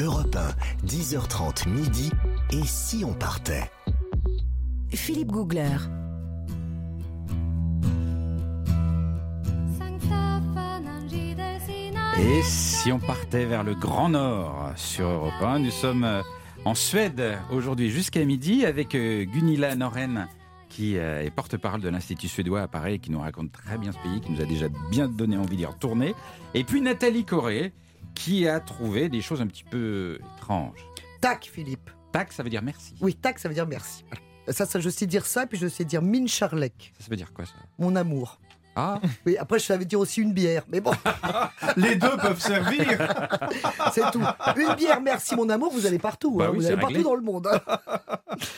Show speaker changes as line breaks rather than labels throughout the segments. Europe 1, 10h30 midi. Et si on partait
Philippe Googler.
Et si on partait vers le Grand Nord sur Europe 1, nous sommes euh, en Suède aujourd'hui jusqu'à midi avec euh, Gunilla Noren qui euh, est porte-parole de l'Institut suédois à Paris et qui nous raconte très bien ce pays, qui nous a déjà bien donné envie d'y retourner. Et puis Nathalie Corée qui a trouvé des choses un petit peu étranges.
Tac, Philippe.
Tac, ça veut dire merci.
Oui, tac, ça veut dire merci. Ça, ça, je sais dire ça, puis je sais dire mine charlec.
Ça, ça veut dire quoi ça
Mon amour.
Ah.
Oui, après, je savais dire aussi une bière, mais bon.
Les deux peuvent servir.
C'est tout. Une bière, merci mon amour, vous allez partout.
Bah
hein,
oui,
vous
c'est
allez
réglé.
partout dans le monde. hein.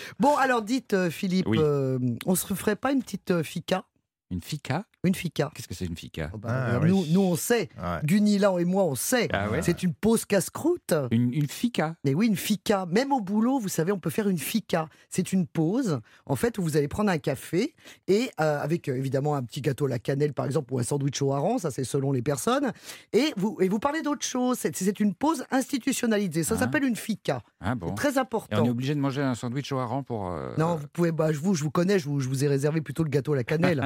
bon, alors dites, euh, Philippe,
Oui.
euh, on se ferait pas une petite euh, fica
Une fica
Une fica
Qu'est-ce que c'est une fica
Oh, bah,
Ah,
alors,
oui.
nous, nous, on sait.
Ouais.
Gunilla et moi, on sait.
Ah ouais
C'est une pause casse-croûte.
une, une fica
Mais oui, une fica. Même au boulot, vous savez, on peut faire une fica. C'est une pause, en fait, où vous allez prendre un café et euh, avec euh, évidemment un petit gâteau à la cannelle, par exemple, ou un sandwich au hareng, ça c'est selon les personnes. Et vous, et vous parlez d'autre chose. C'est- C'est une pause institutionnalisée. Ça
Ah.
s'appelle une fica.
Ah bon
Très
Et on est
important.
obligé de manger un sandwich au hareng pour. euh,
Non, vous pouvez, bah, je vous, je vous connais, je vous, je vous ai réservé plutôt le gâteau à la cannelle.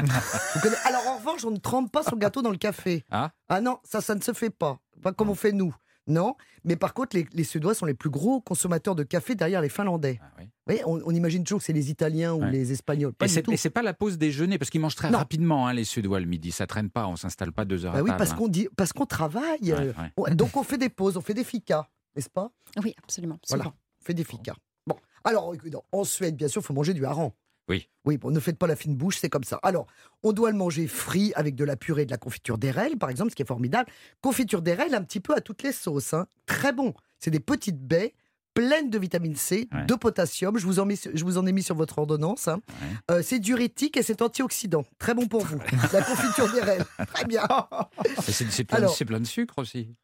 Vous connaissez- Alors en revanche, on ne trempe pas son gâteau dans le café.
Ah.
non, ça, ça ne se fait pas. Pas comme on fait nous. Non, mais par contre, les, les Suédois sont les plus gros consommateurs de café derrière les Finlandais.
Ah oui.
Vous voyez, on, on imagine toujours que c'est les Italiens ou
Ouais.
les Espagnols. Pas
et
du
c'est,
tout.
et c'est pas la pause déjeuner, parce qu'ils mangent très
Non.
rapidement, hein, les Suédois, le midi. Ça traîne pas, on s'installe pas deux heures
Bah
à
oui,
table,
parce
hein.
qu'on dit, parce qu'on travaille.
Ouais,
euh,
ouais.
on- donc on fait des pauses, on fait des ficas, n'est-ce pas
Oui, absolument.
Voilà.
souvent.
On fait des ficas. Bon, alors écoute, en Suède, bien sûr, faut manger du hareng.
Oui.
Oui, bon, ne faites pas la fine bouche, c'est comme ça. Alors, on doit le manger frit avec de la purée, de la confiture d'airelle, par exemple, ce qui est formidable. Confiture d'airelle, un petit peu à toutes les sauces. hein. Très bon. C'est des petites baies pleines de vitamine C,
Ouais.
de potassium. Je vous, en mets sur- je vous en ai mis sur votre ordonnance. hein. Euh, c'est diurétique et c'est antioxydant. Très bon pour vous. La confiture d'airelle. Très bien.
Et c'est, c'est plein, de-
Alors-
c'est plein de sucre aussi.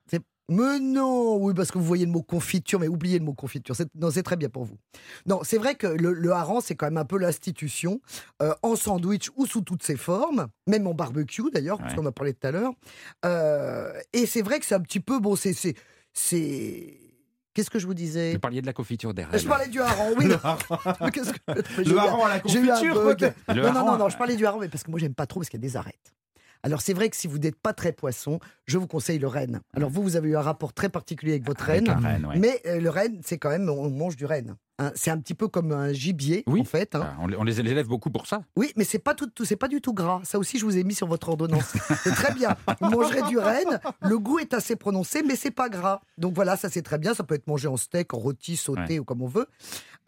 Mais non, oui, parce que vous voyez le mot confiture, mais oubliez le mot confiture. C'est- Non, c'est très bien pour vous. Non, c'est vrai que le, le hareng, c'est quand même un peu l'institution, euh, en sandwich ou sous toutes ses formes, même en barbecue d'ailleurs, parce
Ouais.
qu'on en parlait tout à l'heure. Euh, et c'est vrai que c'est un petit peu, bon, c'est... c'est- c'est- Qu'est-ce que je vous disais
Vous parliez de la confiture d'airel.
Je parlais du hareng, oui.
Le hareng-
mais qu'est-ce que- j'ai eu
le
un-
hareng à la
j'ai eu un
confiture,
bug.
peut-être.
Le
non,
hareng,
non, non, non, je parlais du hareng, mais parce que moi, j'aime pas trop parce qu'il y a des arêtes. Alors, c'est vrai que si vous n'êtes pas très poisson, je vous conseille le renne. Alors, vous, vous avez eu un rapport très particulier avec votre
Ah, avec
renne,
la reine, ouais.
mais euh, le renne, c'est quand même, on mange du renne. hein. c'est un petit peu comme un gibier,
Oui.
en fait. hein.
Ah, on, les- on les élève beaucoup pour ça.
Oui, mais c'est pas tout, tout- c'est pas du tout gras. Ça aussi, je vous ai mis sur votre ordonnance. C'est très bien. Vous mangerez du renne. Le goût est assez prononcé, mais c'est pas gras. Donc voilà, ça c'est très bien. Ça peut être mangé en steak, en rôti, sauté ou comme on veut.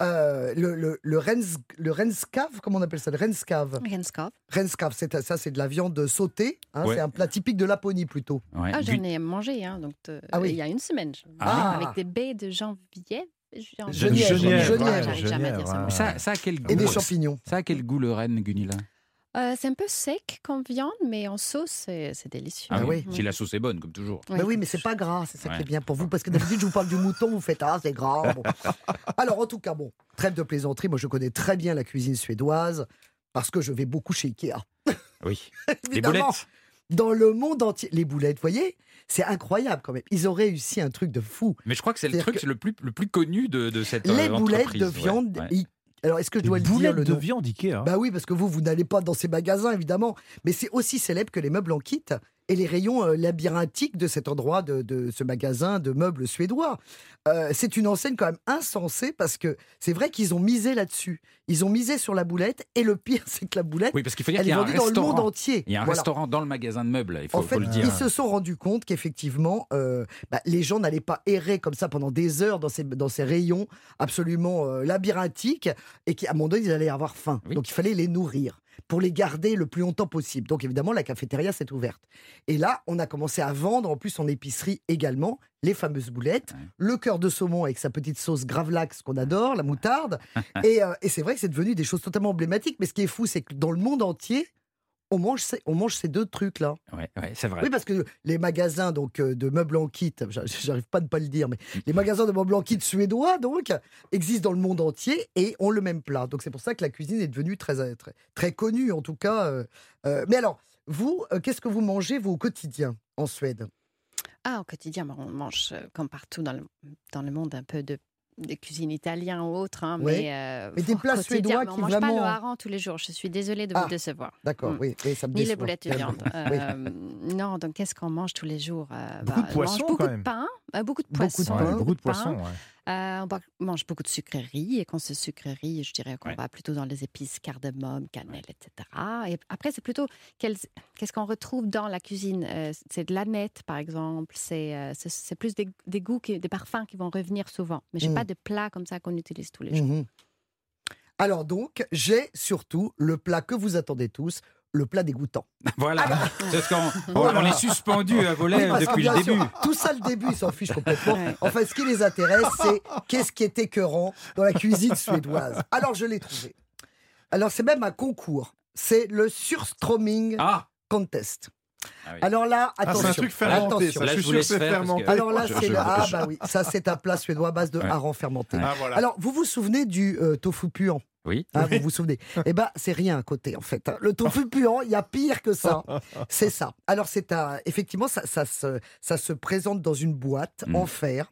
Euh, le, le, le rens, le renscave, comment on appelle ça Le renscave.
Renskov.
Renscave, c'est ça, c'est de la viande sautée. hein,
Ouais.
C'est un plat typique de Laponie plutôt.
Ouais.
Ah,
Gu-
j'en ai mangé, hein, donc, euh,
Ah oui.
il y a une semaine. je-
Ah.
Avec des baies de janvier. Janvier.
Genièvre,
Genièvre,
Genièvre.
J'arrive jamais à dire ce
Genièvre,
mot.
ouais.
ça, ça a quel goût
Et des champignons.
Ça a quel goût le renne, Gunilla
Euh, c'est un peu sec comme viande, mais en sauce, c'est c'est délicieux.
Ah oui.
Si la sauce est bonne, comme toujours.
Oui.
Mais Ben oui, mais c'est pas gras, c'est ça qui
Ouais.
est bien pour vous. Parce que d'habitude, je vous parle du mouton, vous faites Ah, c'est gras. bon. Alors, en tout cas, bon, trêve de plaisanterie. Moi, je connais très bien la cuisine suédoise parce que je vais beaucoup chez Ikea.
Oui. Des
Évidemment,
boulettes
Dans le monde entier. Les boulettes, vous voyez C'est incroyable quand même. Ils ont réussi un truc de fou.
Mais je crois que c'est le
C'est-à-dire
truc
que-
le, plus, le plus connu de, de cette
Les
euh,
boulettes
entreprise,
de
ouais,
viande.
ouais.
I- Alors, est-ce que je dois
Des
le dire
boulettes
le
de
nom
viande Ikea. hein.
Bah oui, parce que vous, vous n'allez pas dans ces magasins, évidemment. Mais c'est aussi célèbre que les meubles en kit et les rayons euh, labyrinthiques de cet endroit, de, de ce magasin de meubles suédois. Euh, c'est une enseigne quand même insensée parce que c'est vrai qu'ils ont misé là-dessus. Ils ont misé sur la boulette et le pire, c'est que la boulette,
Oui, parce qu'il faut dire
elle
qu'il y
est
a un
vendue dans le monde
restaurant.
entier.
Il y a un
Voilà.
restaurant dans le magasin de meubles, il faut,
En
faut
fait,
le dire.
ils se sont rendus compte qu'effectivement, euh, bah, les gens n'allaient pas errer comme ça pendant des heures dans ces, dans ces rayons absolument euh, labyrinthiques et qu'à un moment donné, ils allaient avoir faim.
Oui.
Donc, il fallait les nourrir pour les garder le plus longtemps possible. Donc, évidemment, la cafétéria s'est ouverte. Et là, on a commencé à vendre, en plus, en épicerie également, les fameuses boulettes,
Ouais.
le cœur de saumon avec sa petite sauce gravlax qu'on adore, la moutarde. et euh, et c'est vrai que c'est devenu des choses totalement emblématiques. Mais ce qui est fou, c'est que dans le monde entier, on mange ces- on mange ces deux trucs-là.
Ouais, ouais, c'est vrai.
Oui, parce que les magasins donc euh, de meubles en kit, j'a- j'arrive pas à ne pas le dire, mais les magasins de meubles en kit suédois donc existent dans le monde entier et ont le même plat. Donc c'est pour ça que la cuisine est devenue très euh, très, très connue en tout cas. euh, euh, mais alors vous, euh, qu'est-ce que vous mangez vous au quotidien en Suède
Ah, au quotidien, bah, on mange, euh, comme partout dans le, dans le monde, un peu de, de cuisine italienne ou autre. hein,
Ouais.
Mais, euh,
Mais des
au
plats
quotidien,
suédois
mais On
qui
mange pas
vraiment-
le hareng tous les jours. Je suis désolée de
Ah.
vous décevoir.
D'accord,
Mm.
oui. Et ça me
Ni les
déçoit.
boulettes de viande.
Oui.
Euh, Non, donc qu'est-ce qu'on mange tous les jours Euh,
Beaucoup de
on
poissons,
mange
quand
beaucoup
même.
de pain, euh, beaucoup de
Beaucoup
poissons.
de pain.
Ouais, beaucoup de poissons. ouais.
Euh, on ba- mange beaucoup de sucreries et quand c'est sucreries, je dirais qu'on
Ouais.
va plutôt dans les épices cardamome, cannelle, etc. Et après, c'est plutôt quelles- qu'est-ce qu'on retrouve dans la cuisine Euh, C'est de l'aneth, par exemple. C'est euh, c'est- c'est plus des, des goûts, qui- des parfums qui vont revenir souvent. Mais j'ai
Mm.
pas de plats comme ça qu'on utilise tous les jours.
Mhm. Alors donc, j'ai surtout le plat que vous attendez tous, le plat dégoûtant.
Voilà,
Ah,
c'est ce qu'on on,
Voilà.
on est suspendu à vos
Oh Oui,
lèvres
parce que
depuis le
bien
début.
sûr, tout ça, le début, ils s'en fichent complètement.
Ouais.
Enfin, ce qui les intéresse, c'est qu'est-ce qui est écœurant dans la cuisine suédoise. Alors, je l'ai trouvé. Alors, c'est même un concours. C'est le surstroming
Ah,
contest.
Ah oui.
Alors là,
Ah,
attention.
c'est un truc fermenté,
attention.
ça,
Là,
je
je vous
suis sûr que
laisse
c'est
faire, parce que-
fermenté.
Alors là,
Je-
c'est
je-
là. Ah
je-
bah oui, ça c'est un plat suédois à base de
Ouais.
hareng fermenté.
Ouais.
Ah, voilà.
Alors, vous vous souvenez du euh, tofu puant
Oui.
Hein, Vous vous souvenez Eh ben, c'est rien à côté, en fait. hein. Le tofu puant, il y a pire que ça. C'est ça. Alors, c'est un... effectivement, ça, ça, se, ça se présente dans une boîte
Mm.
en fer.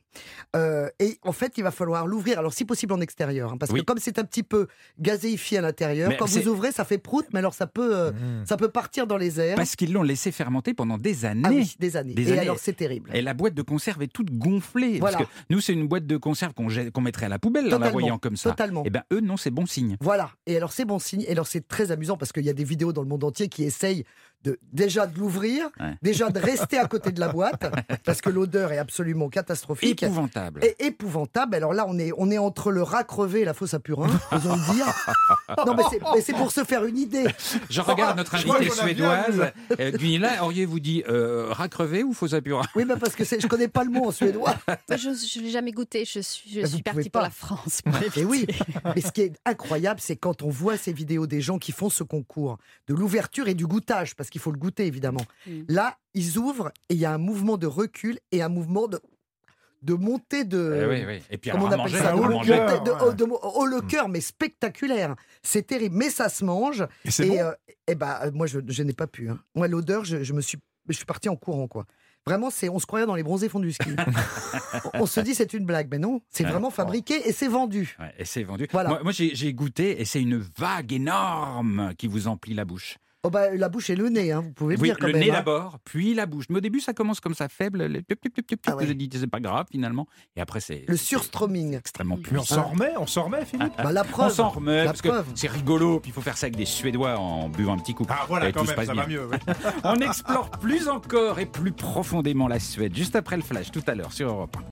Euh, et en fait, il va falloir l'ouvrir. Alors, si possible, en extérieur. hein, parce
Oui.
que comme c'est un petit peu gazéifié à l'intérieur,
Mais
quand
c'est-
vous ouvrez, ça fait prout, mais alors ça peut, euh,
Mm.
ça peut partir dans les airs.
parce qu'ils l'ont laissé fermenter pendant des années.
Hein Ah oui, des années.
Des
et
années.
alors, c'est terrible.
Et la boîte de conserve est toute gonflée.
Voilà.
Parce que nous, c'est une boîte de conserve qu'on jette- qu'on mettrait à la poubelle en la
Totalement,
voyant comme ça.
Totalement.
Eh bien, eux, non, c'est bon signe.
Voilà. Et alors, c'est bon signe. Et alors, c'est très amusant parce qu'il y a des vidéos dans le monde entier qui essayent de, déjà de l'ouvrir,
Ouais.
déjà de rester à côté de la boîte parce que l'odeur est absolument catastrophique.
Épouvantable.
Et épouvantable. Alors là, on est, on est entre le rat crevé et la fosse à purin, osons le dire. Non, mais c'est- mais c'est pour se faire une idée.
Je regarde notre
Je crois
invitée
qu'on a bien,
suédoise. Euh, Gunilla, auriez-vous dit euh, rat crevé ou faux apura
Oui, mais parce que c'est- je connais pas le mot en suédois.
Mais Je ne l'ai jamais goûté. Je suis, je
Vous
suis
pouvez
partie pour
pas.
la France. pour
Mais
éviter.
oui, mais ce qui est incroyable, c'est quand on voit ces vidéos des gens qui font ce concours, de l'ouverture et du goûtage, parce qu'il faut le goûter évidemment.
Mm.
Là, ils ouvrent et il y a un mouvement de recul et un mouvement de, de montée de.
Eh oui, oui. Et puis,
Euh, Comment
alors,
on
à
appelle
manger,
ça
à
haut le
manger.
cœur.
Montée de-
ouais.
de- de- haut le cœur, mais spectaculaire. C'est terrible, mais ça se mange.
Et c'est
et
bon.
euh, eh ben, euh, moi, je, je n'ai pas pu. hein. Moi, l'odeur, je, je me suis, je suis parti en courant, quoi. Vraiment, c'est, on se croyait dans les bronzés fonds du ski. on, on se dit, c'est une blague, mais non, c'est
Ouais.
vraiment fabriqué et c'est vendu.
Ouais, et c'est vendu.
Voilà.
Moi, moi, j'ai j'ai goûté et c'est une vague énorme qui vous emplit la bouche.
Oh bah, la bouche et le nez, hein, vous pouvez le
Oui,
dire quand
le
même.
nez
hein.
d'abord, puis la bouche. Mais au début, ça commence comme ça, faible. les tup, tup, tup, tup,
Ah
tup,
ouais.
Vous dites, c'est pas grave finalement. Et après, c'est
Le
c'est
surstroming.
extrêmement
Mais
Mais
puissant.
on s'en remet, on s'en remet, Philippe.
Bah, la
Ah. On
preuve.
s'en remet
La
parce que
preuve.
c'est rigolo. Puis il faut faire ça avec des Suédois en buvant un petit coup.
Ah
Et
voilà, quand
tout se
même,
passe
ça
bien.
va mieux. ouais.
On explore plus encore et plus profondément la Suède juste après le flash tout à l'heure sur Europe 1.